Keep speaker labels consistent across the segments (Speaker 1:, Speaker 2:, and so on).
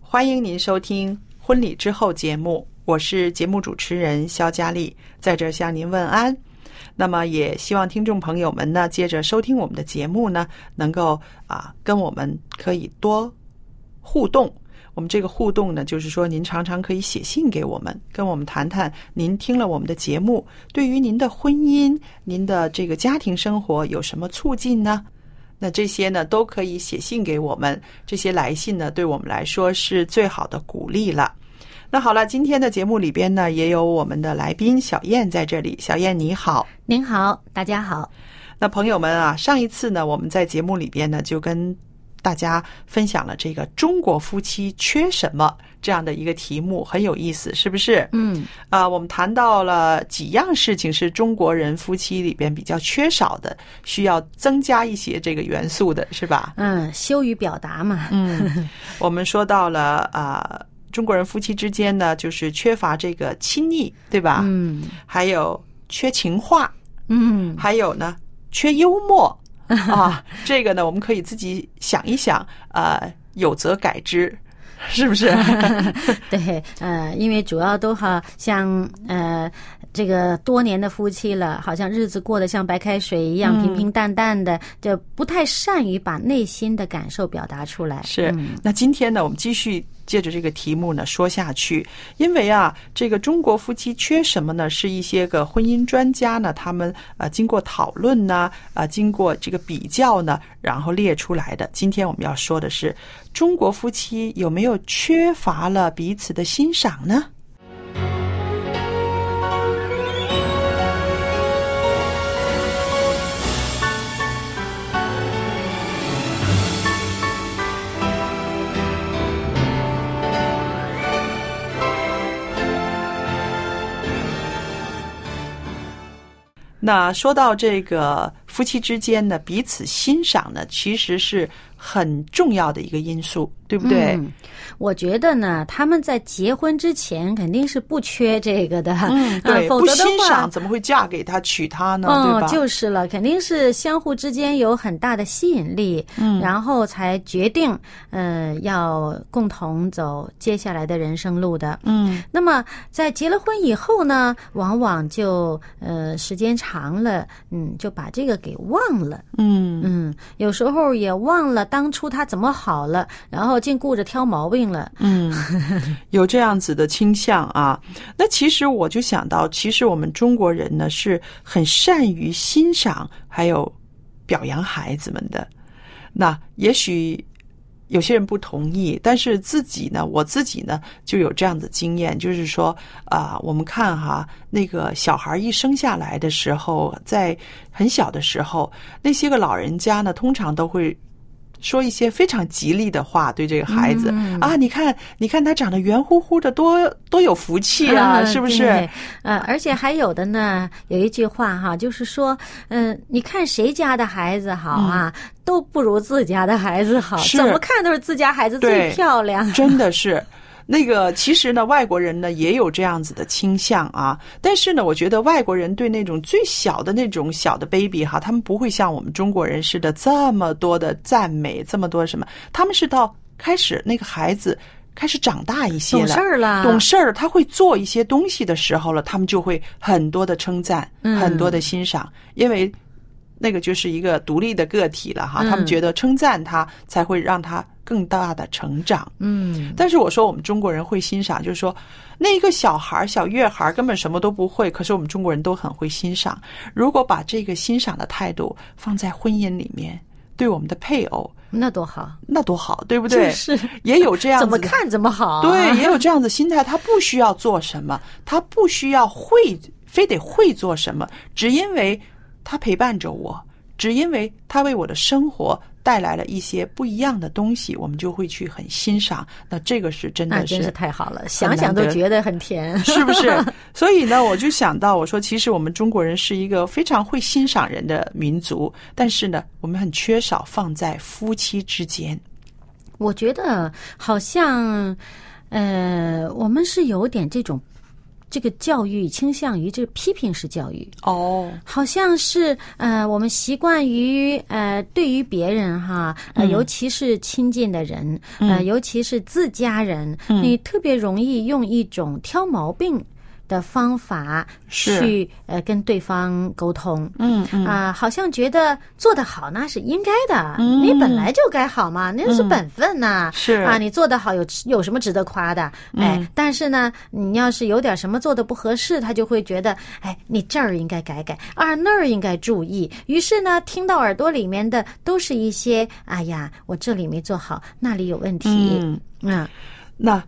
Speaker 1: 欢迎您收听《婚礼之后》节目，我是节目主持人肖佳丽，在这儿向您问安。那么，也希望听众朋友们呢，接着收听我们的节目呢，能够啊，跟我们可以多互动。我们这个互动呢，就是说您常常可以写信给我们，跟我们谈谈您听了我们的节目，对于您的婚姻、您的这个家庭生活有什么促进呢？那这些呢都可以写信给我们，这些来信呢对我们来说是最好的鼓励了。那好了，今天的节目里边呢也有我们的来宾小燕在这里，小燕你好。
Speaker 2: 您好，大家好。
Speaker 1: 那朋友们啊，上一次呢，我们在节目里边呢就跟大家分享了这个中国夫妻缺什么这样的一个题目，很有意思，是不是？
Speaker 2: 嗯，
Speaker 1: 啊、我们谈到了几样事情是中国人夫妻里边比较缺少的，需要增加一些这个元素的，是吧？
Speaker 2: 嗯，羞于表达嘛。
Speaker 1: 嗯，我们说到了啊、呃中国人夫妻之间呢，就是缺乏这个亲昵，对吧？
Speaker 2: 嗯
Speaker 1: 还有缺情话，
Speaker 2: 嗯，
Speaker 1: 还有呢，缺幽默啊。这个呢，我们可以自己想一想，呃，有则改之，是不是？
Speaker 2: 对，呃，因为主要都好像呃，这个多年的夫妻了，好像日子过得像白开水一样平平淡淡的，就不太善于把内心的感受表达出来。
Speaker 1: 是
Speaker 2: 嗯。
Speaker 1: 那今天呢，我们继续借着这个题目呢说下去，因为啊，这个中国夫妻缺什么呢？是一些个婚姻专家呢，他们呃经过讨论呢，啊、经过这个比较呢，然后列出来的。今天我们要说的是，中国夫妻有没有缺乏了彼此的欣赏呢？那说到这个夫妻之间呢，彼此欣赏呢，其实是很重要的一个因素，对不对？
Speaker 2: 嗯，我觉得呢，他们在结婚之前肯定是不缺这个的，嗯
Speaker 1: 对，
Speaker 2: 否
Speaker 1: 不
Speaker 2: 则的
Speaker 1: 欣
Speaker 2: 话
Speaker 1: 赏，怎么会嫁给他娶他呢？对
Speaker 2: 嗯，
Speaker 1: 吧？
Speaker 2: 就是了，肯定是相互之间有很大的吸引力，嗯，然后才决定，嗯、要共同走接下来的人生路的。
Speaker 1: 嗯，
Speaker 2: 那么在结了婚以后呢，往往就呃时间长了，嗯，就把这个给忘了，
Speaker 1: 嗯
Speaker 2: 嗯，有时候也忘了当初他怎么好了，然后净顾着挑毛病了，
Speaker 1: 嗯，有这样子的倾向啊。那其实我就想到，其实我们中国人呢是很善于欣赏还有表扬孩子们的。那也许有些人不同意，但是自己呢，我自己呢就有这样的经验，就是说啊、我们看哈，那个小孩一生下来的时候，在很小的时候，那些个老人家呢，通常都会说一些非常吉利的话，对这个孩子、啊，你看，你看他长得圆乎乎的，多多有福气啊，
Speaker 2: 嗯
Speaker 1: 是不是
Speaker 2: 对？呃，而且还有的呢，有一句话哈，就是说，嗯、你看谁家的孩子好啊，都不如自家的孩子好，
Speaker 1: 嗯是
Speaker 2: 怎么看都是自家孩子
Speaker 1: 对
Speaker 2: 最漂亮。
Speaker 1: 真的是。 那个其实呢，外国人呢也有这样子的倾向啊，但是呢，我觉得外国人对那种最小的那种小的 baby 哈，他们不会像我们中国人似的这么多的赞美，这么多什么，他们是到开始那个孩子开始长大一些
Speaker 2: 懂
Speaker 1: 了，
Speaker 2: 事儿了，
Speaker 1: 懂事儿，他会做一些东西的时候了，他们就会很多的称赞，
Speaker 2: 嗯
Speaker 1: 很多的欣赏，因为那个就是一个独立的个体了哈。
Speaker 2: 嗯
Speaker 1: 他们觉得称赞他才会让他更大的成长。
Speaker 2: 嗯，
Speaker 1: 但是我说我们中国人会欣赏，就是说那一个小孩儿、小月孩儿根本什么都不会，可是我们中国人都很会欣赏。如果把这个欣赏的态度放在婚姻里面，对我们的配偶
Speaker 2: 那多好，
Speaker 1: 那多好，对不对？
Speaker 2: 就是
Speaker 1: 也有这样子
Speaker 2: 怎么
Speaker 1: 的
Speaker 2: 看怎么好、啊
Speaker 1: 对，，也有这样的心态，他不需要做什么，他不需要会，非得会做什么，只因为他陪伴着我，只因为他为我的生活带来了一些不一样的东西，我们就会去很欣赏。那这个是真
Speaker 2: 那
Speaker 1: 的
Speaker 2: 真
Speaker 1: 是。
Speaker 2: 是太好了，想想都觉得很甜。
Speaker 1: 是不是？所以呢，我就想到，我说，其实我们中国人是一个非常会欣赏人的民族，但是呢，我们很缺少放在夫妻之间。
Speaker 2: 我觉得好像，呃，我们是有点这种。这个教育倾向于这批评式教育，
Speaker 1: 哦，
Speaker 2: 好像是呃，我们习惯于呃，对于别人哈，呃，
Speaker 1: 嗯
Speaker 2: 尤其是亲近的人，呃，尤其是自家人，
Speaker 1: 嗯
Speaker 2: 你特别容易用一种挑毛病的方法
Speaker 1: 是
Speaker 2: 去呃跟对方沟通，
Speaker 1: 嗯嗯
Speaker 2: 啊、好像觉得做得好那是应该的，
Speaker 1: 嗯
Speaker 2: 你本来就该好嘛，那是本分呐、
Speaker 1: 是嗯
Speaker 2: 啊，你做得好有有什么值得夸的？哎，但是呢，你要是有点什么做得不合适，他就会觉得，哎，你这儿应该改改，啊那儿应该注意。于是呢，听到耳朵里面的都是一些，哎呀，我这里没做好，那里有问题。
Speaker 1: 嗯。
Speaker 2: 嗯
Speaker 1: 那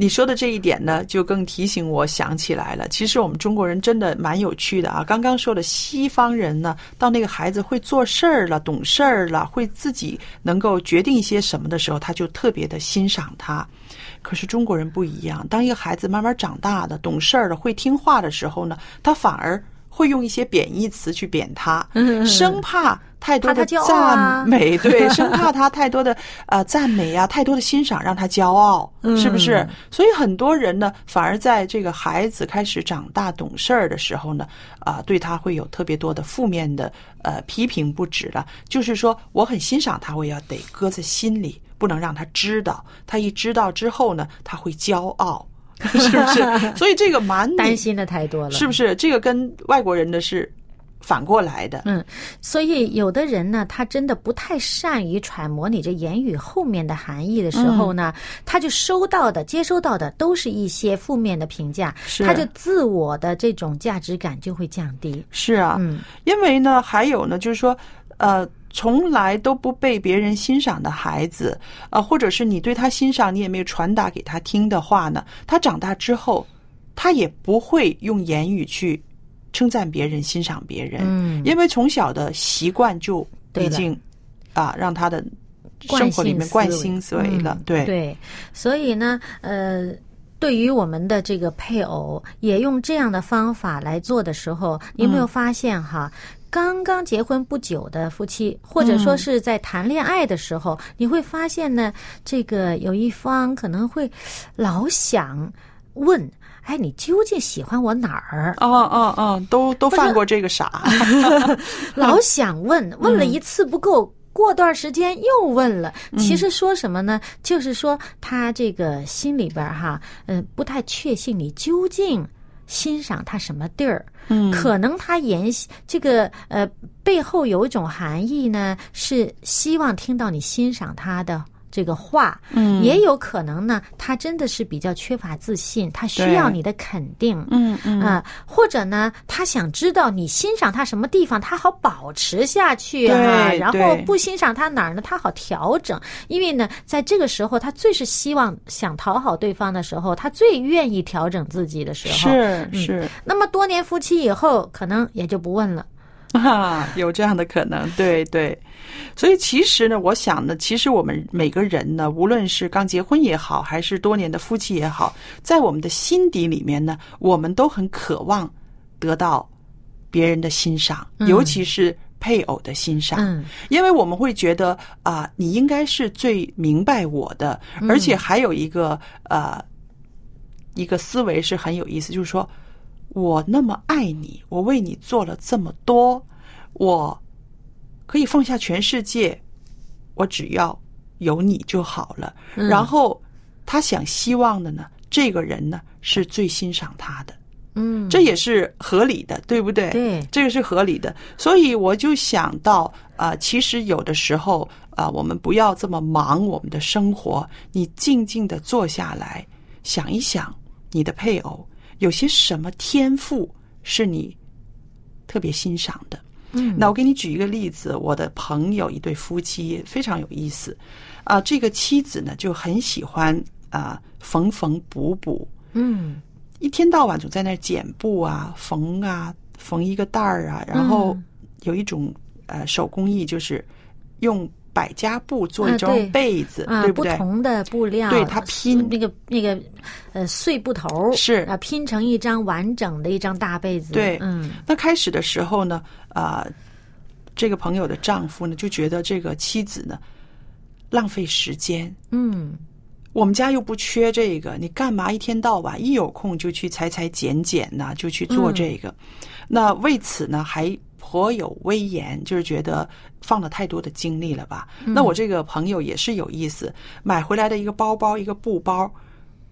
Speaker 1: 你说的这一点呢，就更提醒我想起来了。其实我们中国人真的蛮有趣的啊。刚刚说的西方人呢，到那个孩子会做事儿了、懂事儿了，会自己能够决定一些什么的时候，他就特别的欣赏他。可是中国人不一样，当一个孩子慢慢长大的、懂事儿了、会听话的时候呢，他反而会用一些贬义词去贬他，生怕太多
Speaker 2: 嗯怕
Speaker 1: 的
Speaker 2: 他骄傲啊
Speaker 1: 赞美，对，生怕他太多的呃赞美啊，太多的欣赏让他骄傲，
Speaker 2: 嗯
Speaker 1: 是不是？所以很多人呢，反而在这个孩子开始长大懂事儿的时候呢，啊、对他会有特别多的负面的呃批评不止了。就是说，我很欣赏他，我也要得搁在心里，不能让他知道。他一知道之后呢，他会骄傲， 是不 是？所以这个蛮
Speaker 2: 担心的太多了，
Speaker 1: 是不是？这个跟外国人的是反过来的。
Speaker 2: 嗯，所以有的人呢，他真的不太善于揣摩你这言语后面的含义的时候呢，他就收到的、接收到的都是一些负面的评价，
Speaker 1: 是
Speaker 2: 他就自我的这种价值感就会降低。
Speaker 1: 是啊，
Speaker 2: 嗯，
Speaker 1: 因为呢，还有呢，就是说，呃，从来都不被别人欣赏的孩子，呃，或者是你对他欣赏，你也没有传达给他听的话呢，他长大之后，他也不会用言语去称赞别人、欣赏别人，
Speaker 2: 嗯
Speaker 1: 因为从小的习惯就
Speaker 2: 对
Speaker 1: 已
Speaker 2: 了
Speaker 1: 经啊，让他的生
Speaker 2: 惯
Speaker 1: 活
Speaker 2: 性
Speaker 1: 里面惯
Speaker 2: 思维
Speaker 1: 性思维了，
Speaker 2: 嗯
Speaker 1: 对，
Speaker 2: 对，所以呢，呃。对于我们的这个配偶，也用这样的方法来做的时候，你有没有发现哈？刚刚结婚不久的夫妻，或者说是在谈恋爱的时候，你会发现呢，这个有一方可能会老想问：“哎，你究竟喜欢我哪儿？”
Speaker 1: 哦哦哦，都都犯过这 个傻，
Speaker 2: 老想问，问了一次不够，过段时间又问了。其实说什么呢？就是说他这个心里边儿哈，嗯、不太确信你究竟。欣赏他什么地儿？嗯，可能他言这个呃背后有一种含义呢，是希望听到你欣赏他的这个话。嗯，也有可能呢，他真的是比较缺乏自信，他需要
Speaker 1: 对
Speaker 2: 你的肯定。
Speaker 1: 嗯嗯
Speaker 2: 啊、或者呢，他想知道你欣赏他什么地方，他好保持下去啊。
Speaker 1: 对
Speaker 2: 然
Speaker 1: 对
Speaker 2: 后不欣赏他哪儿呢，他好调整。因为呢，在这个时候，他最是希望想讨好对方的时候，他最愿意调整自己的时候。
Speaker 1: 是是，
Speaker 2: 那么多年夫妻以后，可能也就不问了。
Speaker 1: 啊，有这样的可能，对对。所以其实呢，我想呢，其实我们每个人呢，无论是刚结婚也好，还是多年的夫妻也好，在我们的心底里面呢，我们都很渴望得到别人的欣赏，
Speaker 2: 嗯
Speaker 1: 尤其是配偶的欣赏。
Speaker 2: 嗯
Speaker 1: 因为我们会觉得啊、你应该是最明白我的，而且还有一个呃，一个思维是很有意思，就是说我那么爱你，我为你做了这么多，我可以放下全世界，我只要有你就好了。然后他想希望的呢，这个人呢是最欣赏他的。
Speaker 2: 嗯，
Speaker 1: 这也是合理的，对不对？
Speaker 2: 对
Speaker 1: 这个是合理的。所以我就想到啊、呃其实有的时候啊、我们不要这么忙我们的生活，你静静的坐下来想一想，你的配偶有些什么天赋是你特别欣赏的。
Speaker 2: 嗯
Speaker 1: 那我给你举一个例子，我的朋友一对夫妻非常有意思，啊、这个妻子呢就很喜欢啊、缝缝补补，
Speaker 2: 嗯
Speaker 1: 一天到晚总在那儿剪布啊、缝啊、缝一个袋儿啊，然后
Speaker 2: 嗯
Speaker 1: 有一种呃手工艺，就是用百家布做
Speaker 2: 啊对
Speaker 1: 一张被子，
Speaker 2: 啊，
Speaker 1: 对不
Speaker 2: 不
Speaker 1: 对？
Speaker 2: 同的布料，
Speaker 1: 对它拼
Speaker 2: 那个那个呃碎布头儿
Speaker 1: 是
Speaker 2: 啊，拼成一张完整的一张大被子。
Speaker 1: 对
Speaker 2: 嗯
Speaker 1: 那开始的时候呢，啊、这个朋友的丈夫呢就觉得这个妻子呢浪费时间，
Speaker 2: 嗯
Speaker 1: 我们家又不缺这个，你干嘛一天到晚一有空就去裁裁剪剪呐、就去做这个？那为此呢，还颇有威严，就是觉得放了太多的精力了吧？那我这个朋友也是有意思，买回来的一个包包，一个布包，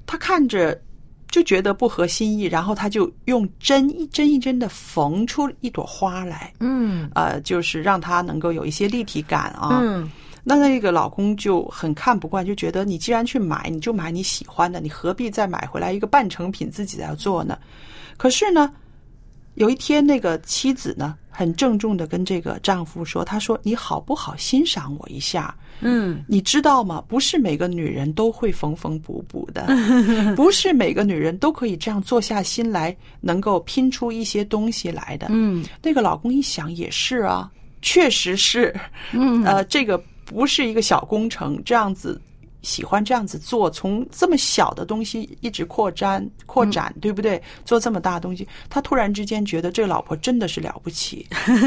Speaker 1: 他看着就觉得不合心意，然后他就用针一针一针的缝出一朵花来，
Speaker 2: 嗯
Speaker 1: 呃，就是让它能够有一些立体感啊。
Speaker 2: 嗯
Speaker 1: 那那个老公就很看不惯，就觉得你既然去买，你就买你喜欢的，你何必再买回来一个半成品自己再做呢？可是呢，有一天那个妻子呢，很郑重的跟这个丈夫说：“她说你好不好欣赏我一下？
Speaker 2: 嗯
Speaker 1: 你知道吗？不是每个女人都会缝缝补补的，不是每个女人都可以这样坐下心来，能够拼出一些东西来的。
Speaker 2: 嗯
Speaker 1: 那个老公一想也是啊，确实是，嗯，呃，这个不是一个小工程，这样子喜欢这样子做，从这么小的东西一直扩展扩展，
Speaker 2: 嗯
Speaker 1: 对不对？做这么大的东西，他突然之间觉得这个老婆真的是了不起，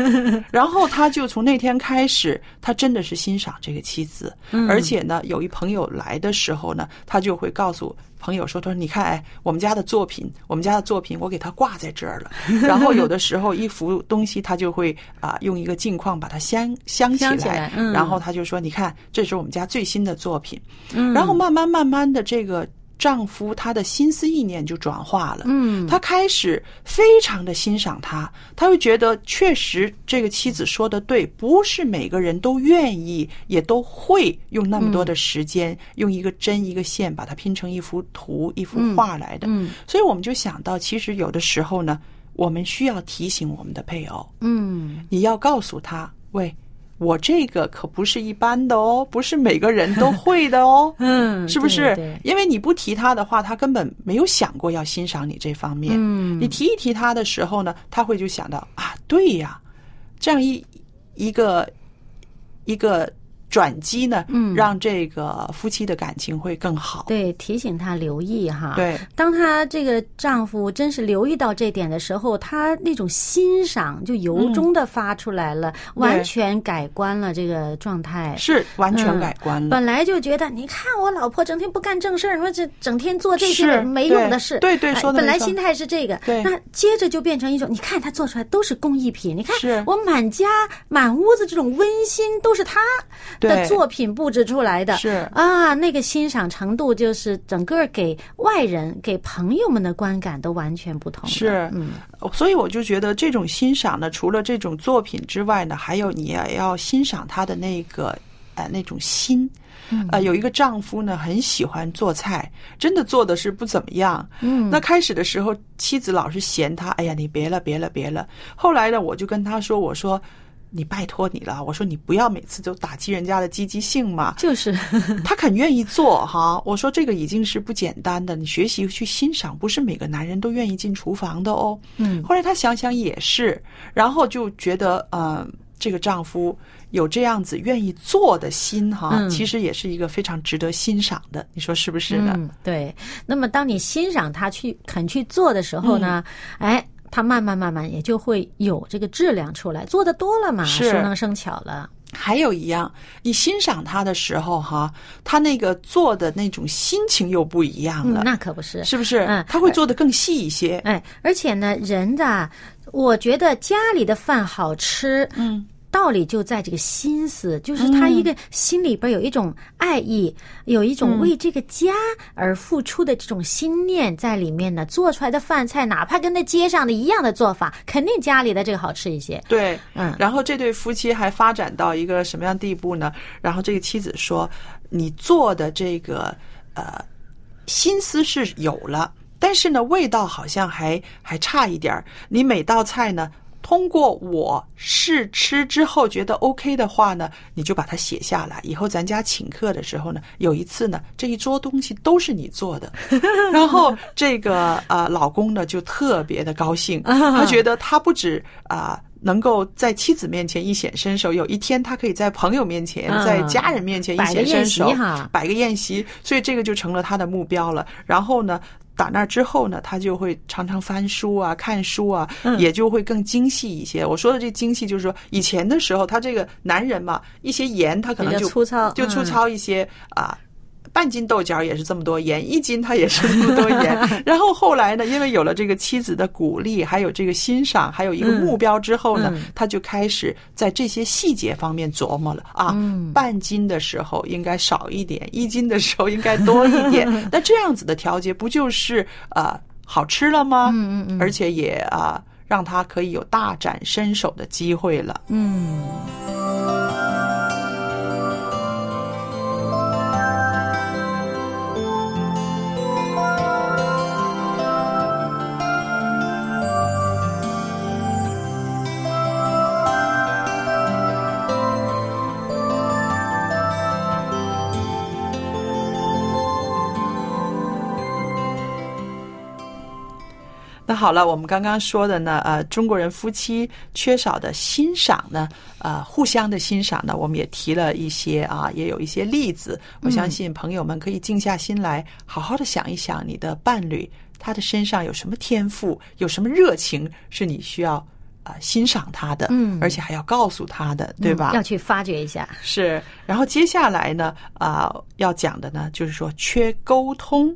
Speaker 1: 然后他就从那天开始，他真的是欣赏这个妻子，
Speaker 2: 嗯
Speaker 1: 而且呢，有一朋友来的时候呢，他就会告诉朋友说：“他说你看，哎，我们家的作品，我们家的作品，我给它挂在 这儿了。然后有的时候一幅东西，他就会啊、用一个镜框把它镶镶起来，
Speaker 2: 镶起来嗯
Speaker 1: 然后他就说：你看，这是我们家最新的作品。
Speaker 2: 嗯
Speaker 1: 然后慢慢慢慢的，这个丈夫他的心思意念就转化了，
Speaker 2: 嗯
Speaker 1: 他开始非常的欣赏他，他会觉得确实这个妻子说的对，不是每个人都愿意，也都会用那么多
Speaker 2: 嗯
Speaker 1: 的时间，用一个针一个线把它拼成一幅图、一幅画来的。
Speaker 2: 嗯
Speaker 1: 所以我们就想到，其实有的时候呢，我们需要提醒我们的配偶，
Speaker 2: 嗯
Speaker 1: 你要告诉他，喂，我这个可不是一般的哦，不是每个人都会的哦。
Speaker 2: 嗯，
Speaker 1: 是不
Speaker 2: 对
Speaker 1: 是？
Speaker 2: 对
Speaker 1: 因为你不提他的话，他根本没有想过要欣赏你这方面。
Speaker 2: 嗯
Speaker 1: 你提一提他的时候呢，他会就想到啊，对呀，这样一一个一个转机呢，
Speaker 2: 嗯
Speaker 1: 让这个夫妻的感情会更好。
Speaker 2: 对，提醒他留意哈。。
Speaker 1: 对
Speaker 2: 当她这个丈夫真是留意到这点的时候，她那种欣赏就由衷的发出来
Speaker 1: 嗯
Speaker 2: 了，完全改观了这个状态。
Speaker 1: 是完全
Speaker 2: 嗯
Speaker 1: 改观了。
Speaker 2: 本来就觉得，你看我老婆整天不干正事儿，你说这整天做这
Speaker 1: 是
Speaker 2: 些没用的
Speaker 1: 对
Speaker 2: 事，
Speaker 1: 对对
Speaker 2: 哎
Speaker 1: 说得
Speaker 2: 本
Speaker 1: 没
Speaker 2: 来
Speaker 1: 错
Speaker 2: 心态是这个，
Speaker 1: 对
Speaker 2: 那接着就变成一种，你看她做出来都是工艺品，你看
Speaker 1: 是
Speaker 2: 我满家满屋子这种温馨都是她的
Speaker 1: 对
Speaker 2: 作品布置出来的，
Speaker 1: 是
Speaker 2: 啊，那个欣赏程度就是整个给外人、给朋友们的观感都完全不同了。
Speaker 1: 是
Speaker 2: 嗯
Speaker 1: 所以我就觉得这种欣赏呢，除了这种作品之外呢，还有你也要欣赏他的那个呃那种心。
Speaker 2: 嗯
Speaker 1: 呃，有一个丈夫呢，很喜欢做菜，真的做的是不怎么样。
Speaker 2: 嗯，
Speaker 1: 那开始的时候，妻子老是嫌他，哎呀，你别了，别了，别了。后来呢，我就跟他说，我说。你拜托你了，我说你不要每次都打击人家的积极性嘛。
Speaker 2: 就是，
Speaker 1: 他肯愿意做哈，我说这个已经是不简单的，你学习去欣赏，不是每个男人都愿意进厨房的哦。
Speaker 2: 嗯，
Speaker 1: 后来她想想也是，然后就觉得，呃，这个丈夫有这样子愿意做的心哈，
Speaker 2: 嗯
Speaker 1: 其实也是一个非常值得欣赏的，你说是不是呢？
Speaker 2: 嗯，对。那么当你欣赏他去肯去做的时候呢，
Speaker 1: 嗯
Speaker 2: 哎，他慢慢慢慢也就会有这个质量出来。做的多了嘛，
Speaker 1: 是
Speaker 2: 熟能生巧了。
Speaker 1: 还有一样，你欣赏他的时候哈，他那个做的那种心情又不一样
Speaker 2: 嗯
Speaker 1: 了，，
Speaker 2: 那可不是。
Speaker 1: 是不是？
Speaker 2: 嗯
Speaker 1: 他会做的更细一些。
Speaker 2: 哎，而且呢，人的啊，我觉得家里的饭好吃，
Speaker 1: 嗯，
Speaker 2: 道理就在这个心思，就是他一个心里边有一种爱意，有一
Speaker 1: 嗯
Speaker 2: 种为这个家而付出的这种心念在里面呢。做出来的饭菜，哪怕跟那街上的一样的做法，肯定家里的这个好吃一些。
Speaker 1: 对，
Speaker 2: 嗯
Speaker 1: 然后这对夫妻还发展到一个什么样地步呢？然后这个妻子说：“你做的这个呃心思是有了，但是呢，味道好像还还差一点儿。你每道菜呢。”通过我试吃之后觉得 OK 的话呢，你就把它写下来。以后咱家请客的时候呢，有一次呢，这一桌东西都是你 做的，然后这个呃老公呢就特别的 高兴，他觉得他不止啊、能够在妻子面前一显身手，有一天他可以在朋友面前、
Speaker 2: 嗯
Speaker 1: 在家人面前一
Speaker 2: 摆个
Speaker 1: 显身
Speaker 2: 宴席
Speaker 1: 手，
Speaker 2: 哈
Speaker 1: 摆个宴席，所以这个就成了他的目标了。然后呢，打那之后呢，他就会常常翻书啊、看书啊，
Speaker 2: 嗯
Speaker 1: 也就会更精细一些。我说的这精细，就是说以前的时候，他这个男人嘛，一些盐他可能
Speaker 2: 比较
Speaker 1: 就
Speaker 2: 粗糙
Speaker 1: 就粗
Speaker 2: 嗯
Speaker 1: 糙一些啊。半斤豆角也是这么多盐，一斤它也是这么多 盐。然后后来呢，因为有了这个妻子的鼓励，还有这个欣赏，还有一个目标之后呢，他就开始在这些细节方面琢磨了啊。半斤的时候应该少一点，一斤的时候应该多一 点。那这样子的调节，不就是呃好吃了吗？嗯嗯嗯，而且也啊、让他可以有大展身手的机会了。
Speaker 2: 嗯。
Speaker 1: 那好了，我们刚刚说的呢，呃，中国人夫妻缺少的欣赏呢，呃，互相的欣赏呢，我们也提了一些啊，也有一些例子。我相信朋友们可以静下心来，好好的想一想你的伴侣他的身上有什么天赋，有什么热情是你需要啊、呃欣赏他的，
Speaker 2: 嗯
Speaker 1: 而且还要告诉他的，对吧？
Speaker 2: 要去发掘一下。
Speaker 1: 是，然后接下来呢，啊、要讲的呢，就是说缺沟通。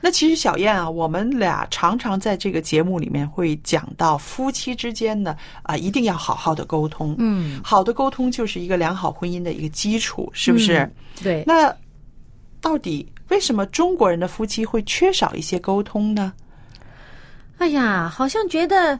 Speaker 1: 那其实小燕啊，我们俩常常在这个节目里面会讲到，夫妻之间呢，啊、一定要好好的沟通。
Speaker 2: 嗯，
Speaker 1: 好的沟通就是一个良好婚姻的一个基础，是不是？
Speaker 2: 嗯对，
Speaker 1: 那到底为什么中国人的夫妻会缺少一些沟通呢？
Speaker 2: 哎呀，好像觉得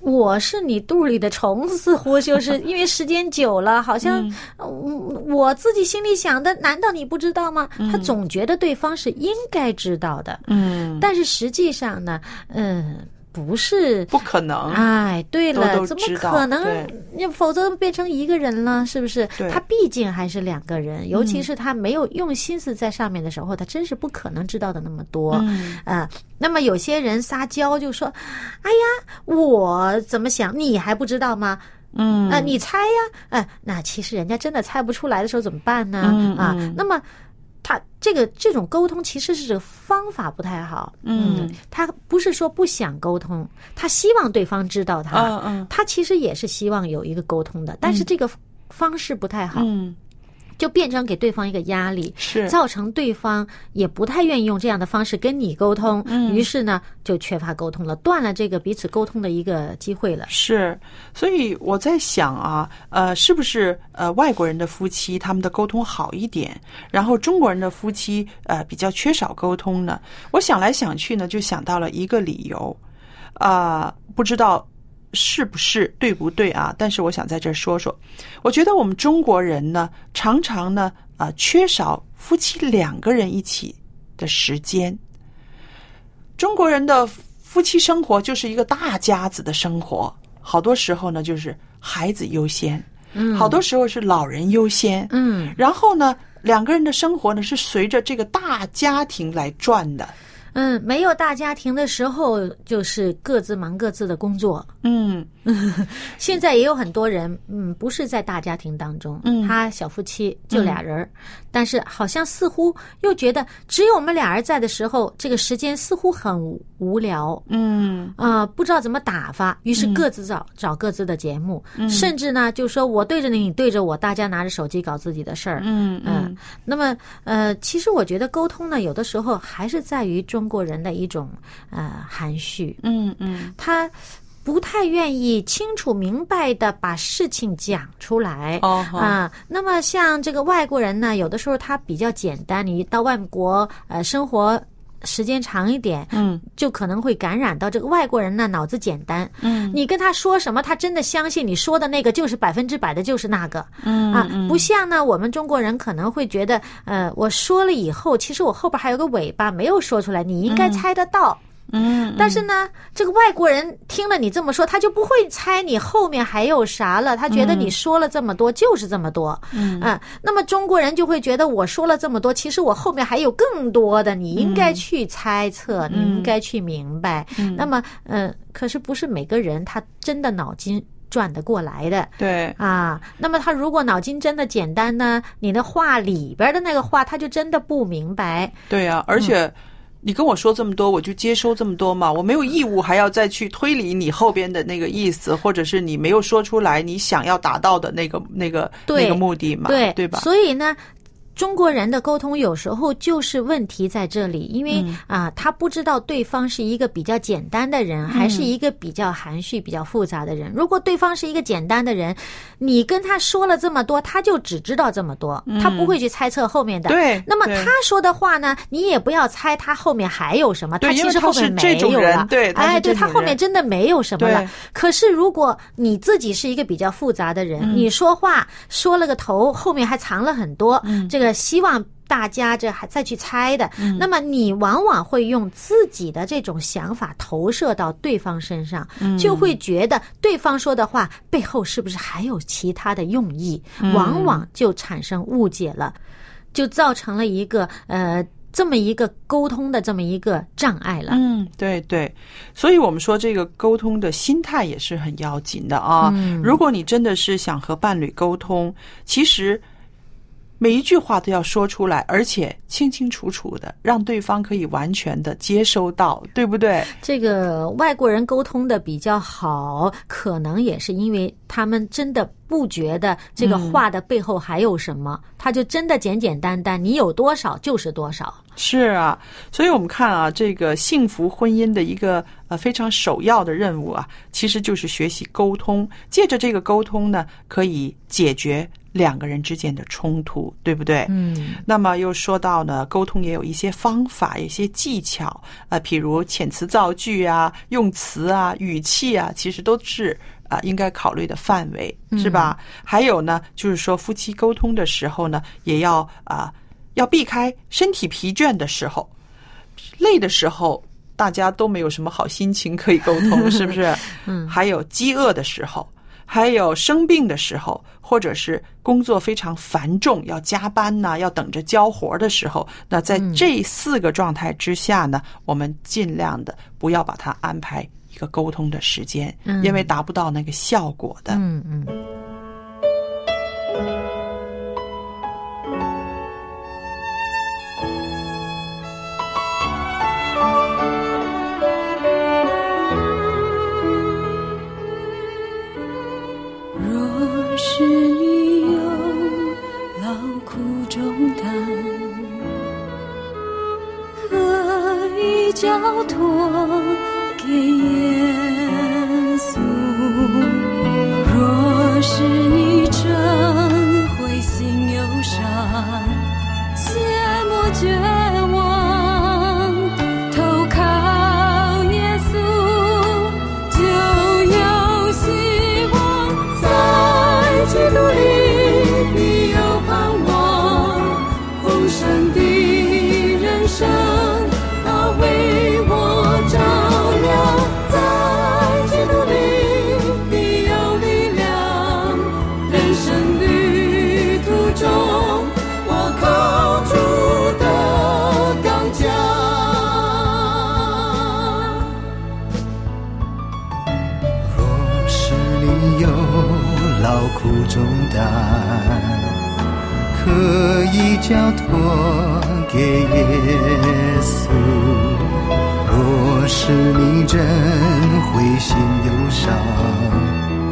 Speaker 2: 我是你肚里的虫，似乎就是因为时间久了，好像呃我自己心里想的，难道你不知道吗？他总觉得对方是应该知道的，
Speaker 1: 嗯，
Speaker 2: 但是实际上呢，嗯，不是。
Speaker 1: 不可能。
Speaker 2: 哎，对
Speaker 1: 都
Speaker 2: 了，
Speaker 1: 都
Speaker 2: 怎
Speaker 1: 知
Speaker 2: 么
Speaker 1: 道
Speaker 2: 可能
Speaker 1: 对？
Speaker 2: 要否则变成一个人了，是不是
Speaker 1: 对？
Speaker 2: 他毕竟还是两个人，尤其是他没有用心思在上面的时候，他真是不可能知道的那么多。
Speaker 1: 嗯
Speaker 2: 啊，那么有些人撒娇就说：“哎呀，我怎么想，你还不知道吗？
Speaker 1: 嗯
Speaker 2: 啊、你猜呀，哎、那其实人家真的猜不出来的时候怎么办呢？
Speaker 1: 嗯
Speaker 2: 啊
Speaker 1: 嗯，
Speaker 2: 那么他这个这种沟通其实是这个方法不太好，
Speaker 1: 嗯，
Speaker 2: 他不是说不想沟通，他希望对方知道他，
Speaker 1: 嗯嗯
Speaker 2: 他其实也是希望有一个沟通的，但是这个方式不太好，
Speaker 1: 嗯，
Speaker 2: 就变成给对方一个压力，
Speaker 1: 是
Speaker 2: 造成对方也不太愿意用这样的方式跟你沟通，
Speaker 1: 嗯
Speaker 2: 于是呢就缺乏沟通了，断了这个彼此沟通的一个机会了。
Speaker 1: 是，所以我在想啊，呃，是不是呃外国人的夫妻他们的沟通好一点，然后中国人的夫妻呃比较缺少沟通呢？我想来想去呢，就想到了一个理由，啊、不知道是不是对不对啊？但是我想在这儿说说，我觉得我们中国人呢，常常呢啊、缺少夫妻两个人一起的时间。中国人的夫妻生活就是一个大家子的生活，好多时候呢就是孩子优先，嗯，好多时候是老人优先，
Speaker 2: 嗯
Speaker 1: 然后呢，两个人的生活呢是随着这个大家庭来转的，
Speaker 2: 嗯，没有大家庭的时候，就是各自忙各自的工作。
Speaker 1: 嗯
Speaker 2: 现在也有很多人，嗯，不是在大家庭当中，
Speaker 1: 嗯
Speaker 2: 他小夫妻就俩人儿，但是好像似乎又觉得只有我们俩人在的时候，这个时间似乎很无聊，
Speaker 1: 嗯
Speaker 2: 啊、不知道怎么打发，于是各自找、找各自的节目，
Speaker 1: 嗯
Speaker 2: 甚至呢，就说我对着你，你对着我，大家拿着手机搞自己的事儿。
Speaker 1: 嗯
Speaker 2: 嗯，那么呃，其实我觉得沟通呢，有的时候还是在于中国人的一种呃含蓄，
Speaker 1: 嗯嗯
Speaker 2: 他不太愿意清楚明白的把事情讲出来。
Speaker 1: 哦
Speaker 2: 啊、那么像这个外国人呢，有的时候他比较简单，你到外国呃生活时间长一点，
Speaker 1: 嗯
Speaker 2: 就可能会感染到这个外国人呢，脑子简单，
Speaker 1: 嗯，
Speaker 2: 你跟他说什么，他真的相信你说的那个就是百分之百的，就是那个，
Speaker 1: 嗯
Speaker 2: 啊，不像呢，我们中国人可能会觉得，呃，我说了以后，其实我后边还有个尾巴没有说出来，你应该猜得到。
Speaker 1: 嗯
Speaker 2: 但是呢，这个外国人听了你这么说，他就不会猜你后面还有啥了。他觉得你说了这么多就是这么多，嗯、那么中国人就会觉得我说了这么多，其实我后面还有更多的，你应该去猜测，你应该去明白。那么，嗯，可是不是每个人他真的脑筋转得过来的。
Speaker 1: 对，
Speaker 2: 啊，那么他如果脑筋真的简单呢，你的话里边的那个话，他就真的不明白。
Speaker 1: 对呀、而且你跟我说这么多，我就接收这么多嘛，我没有义务还要再去推理你后边的那个意思，或者是你没有说出来你想要达到的那个那个
Speaker 2: 对
Speaker 1: 那个目的嘛，
Speaker 2: 对，
Speaker 1: 对吧？
Speaker 2: 所以呢。中国人的沟通有时候就是问题在这里，因为
Speaker 1: 嗯
Speaker 2: 啊、他不知道对方是一个比较简单的人，
Speaker 1: 嗯
Speaker 2: 还是一个比较含蓄、比较复杂的人。如果对方是一个简单的人，你跟他说了这么多，他就只知道这么多，他
Speaker 1: 嗯
Speaker 2: 不会去猜测后面的。
Speaker 1: 对
Speaker 2: 那么
Speaker 1: 对
Speaker 2: 他说的话呢，你也不要猜他后面还有什么，
Speaker 1: 对因
Speaker 2: 其
Speaker 1: 为
Speaker 2: 实
Speaker 1: 他
Speaker 2: 后
Speaker 1: 是
Speaker 2: 面
Speaker 1: 这
Speaker 2: 没
Speaker 1: 种
Speaker 2: 有
Speaker 1: 人
Speaker 2: 了。
Speaker 1: 对他是
Speaker 2: 哎，
Speaker 1: 这
Speaker 2: 对他
Speaker 1: 种
Speaker 2: 后
Speaker 1: 人
Speaker 2: 面真的没有什么
Speaker 1: 对
Speaker 2: 了。可是如果你自己是一个比较复杂的
Speaker 1: 嗯
Speaker 2: 人，你说话说了个头，后面还藏了很多，
Speaker 1: 嗯
Speaker 2: 这个希望。大家这还再去猜的，那么你往往会用自己的这种想法投射到对方身上，
Speaker 1: 嗯
Speaker 2: 就会觉得对方说的话背后是不是还有其他的用意，
Speaker 1: 嗯
Speaker 2: 往往就产生误解了，就造成了一个呃这么一个沟通的这么一个障碍了。
Speaker 1: 嗯，对对，所以我们说这个沟通的心态也是很要紧的啊。
Speaker 2: 嗯
Speaker 1: 如果你真的是想和伴侣沟通，其实每一句话都要说出来，而且清清楚楚的，让对方可以完全的接收到，对不对？
Speaker 2: 这个外国人沟通的比较好，可能也是因为他们真的不觉得这个话的背后还有什么，他就真的简简单单，你有多少就是多少。
Speaker 1: 是啊，所以我们看啊，这个幸福婚姻的一个呃非常首要的任务啊，其实就是学习沟通，借着这个沟通呢，可以解决两个人之间的冲突，对不对？
Speaker 2: 嗯
Speaker 1: 那么又说到呢，沟通也有一些方法，有一些技巧啊，比如遣词造句啊、用词啊、语气啊，其实都是啊应该考虑的范围，是吧？还有呢，就是说夫妻沟通的时候呢，也要啊要避开身体疲倦的时候，累的时候。大家都没有什么好心情可以沟通，是不是？嗯，还有饥饿的时候，还有生病的时候，或者是工作非常繁重，要加班呐、要等着交活儿的时候，那在这四个状态之下呢，我们尽量的不要把它安排一个沟通的时间，
Speaker 2: 嗯
Speaker 1: 因为达不到那个效果的。
Speaker 2: 嗯嗯。
Speaker 3: 若是你有劳苦重担，可以交托给耶稣。若是你真灰心忧伤，切莫绝望，投靠耶稣就有希望，在基督里你有盼望，丰盛的人生他为我照亮，在基督里你有力量。
Speaker 4: 重担。可以交托给耶稣。若是你真灰心忧伤，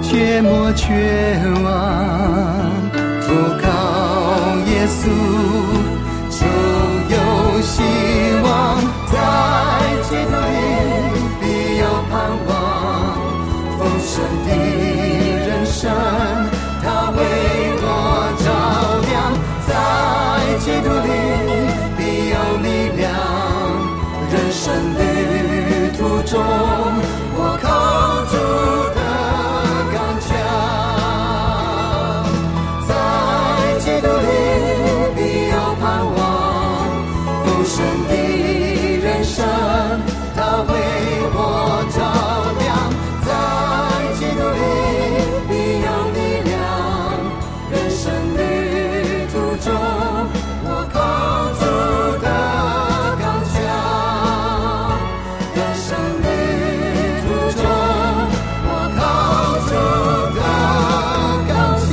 Speaker 4: 切莫绝望，投靠耶稣，就有希望。在基督里必有盼望，丰盛的人生，他为我照亮。在基督里必有力量，人生旅途中，我靠主的刚强。在基督里必有盼望，丰盛的人生，他为我照亮。在基督里必有力量，人生旅途中，我靠主的刚强。人生旅途中，我靠主的刚强。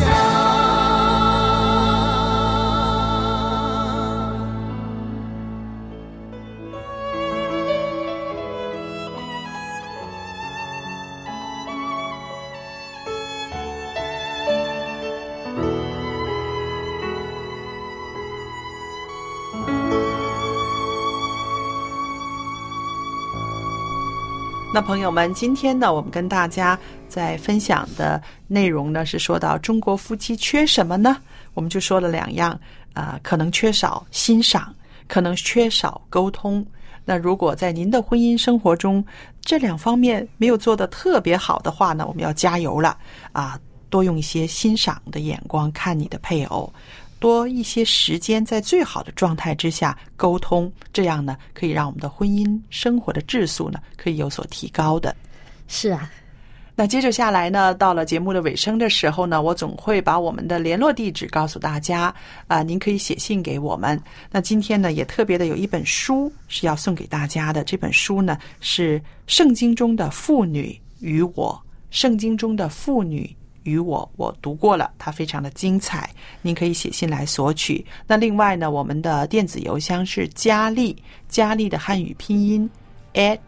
Speaker 1: 那朋友们，今天呢，我们跟大家在分享的内容呢，是说到中国夫妻缺什么呢？我们就说了两样，啊，可能缺少欣赏，可能缺少沟通。那如果在您的婚姻生活中这两方面没有做得特别好的话呢，我们要加油了啊！多用一些欣赏的眼光看你的配偶，多一些时间在最好的状态之下沟通，这样呢，可以让我们的婚姻生活的质素呢，可以有所提高的。
Speaker 2: 是啊，
Speaker 1: 那接着下来呢，到了节目的尾声的时候呢，我总会把我们的联络地址告诉大家啊、您可以写信给我们。那今天呢，也特别的有一本书是要送给大家的，这本书呢是《圣经中的妇女与我》，《圣经中的妇女》。与我，我读过了，它非常的精彩，您可以写信来索取。那另外呢，我们的电子邮箱是佳丽，佳丽的汉语拼音 at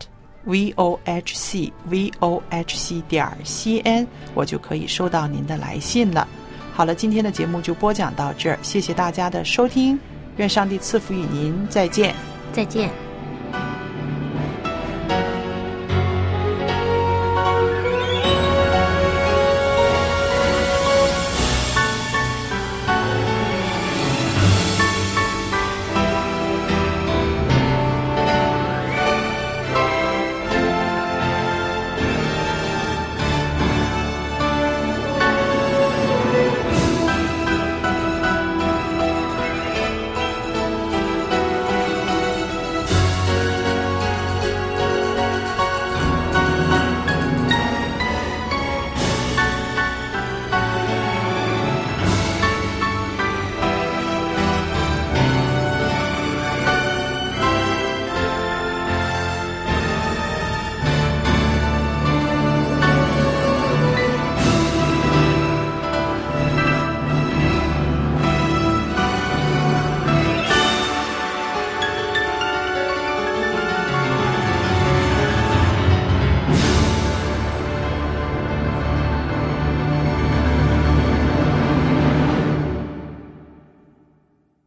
Speaker 1: v o h c v o h c 点儿 c n，我就可以收到您的来信了。好了，今天的节目就播讲到这儿，谢谢大家的收听，愿上帝赐福与您，再见。
Speaker 2: 再见。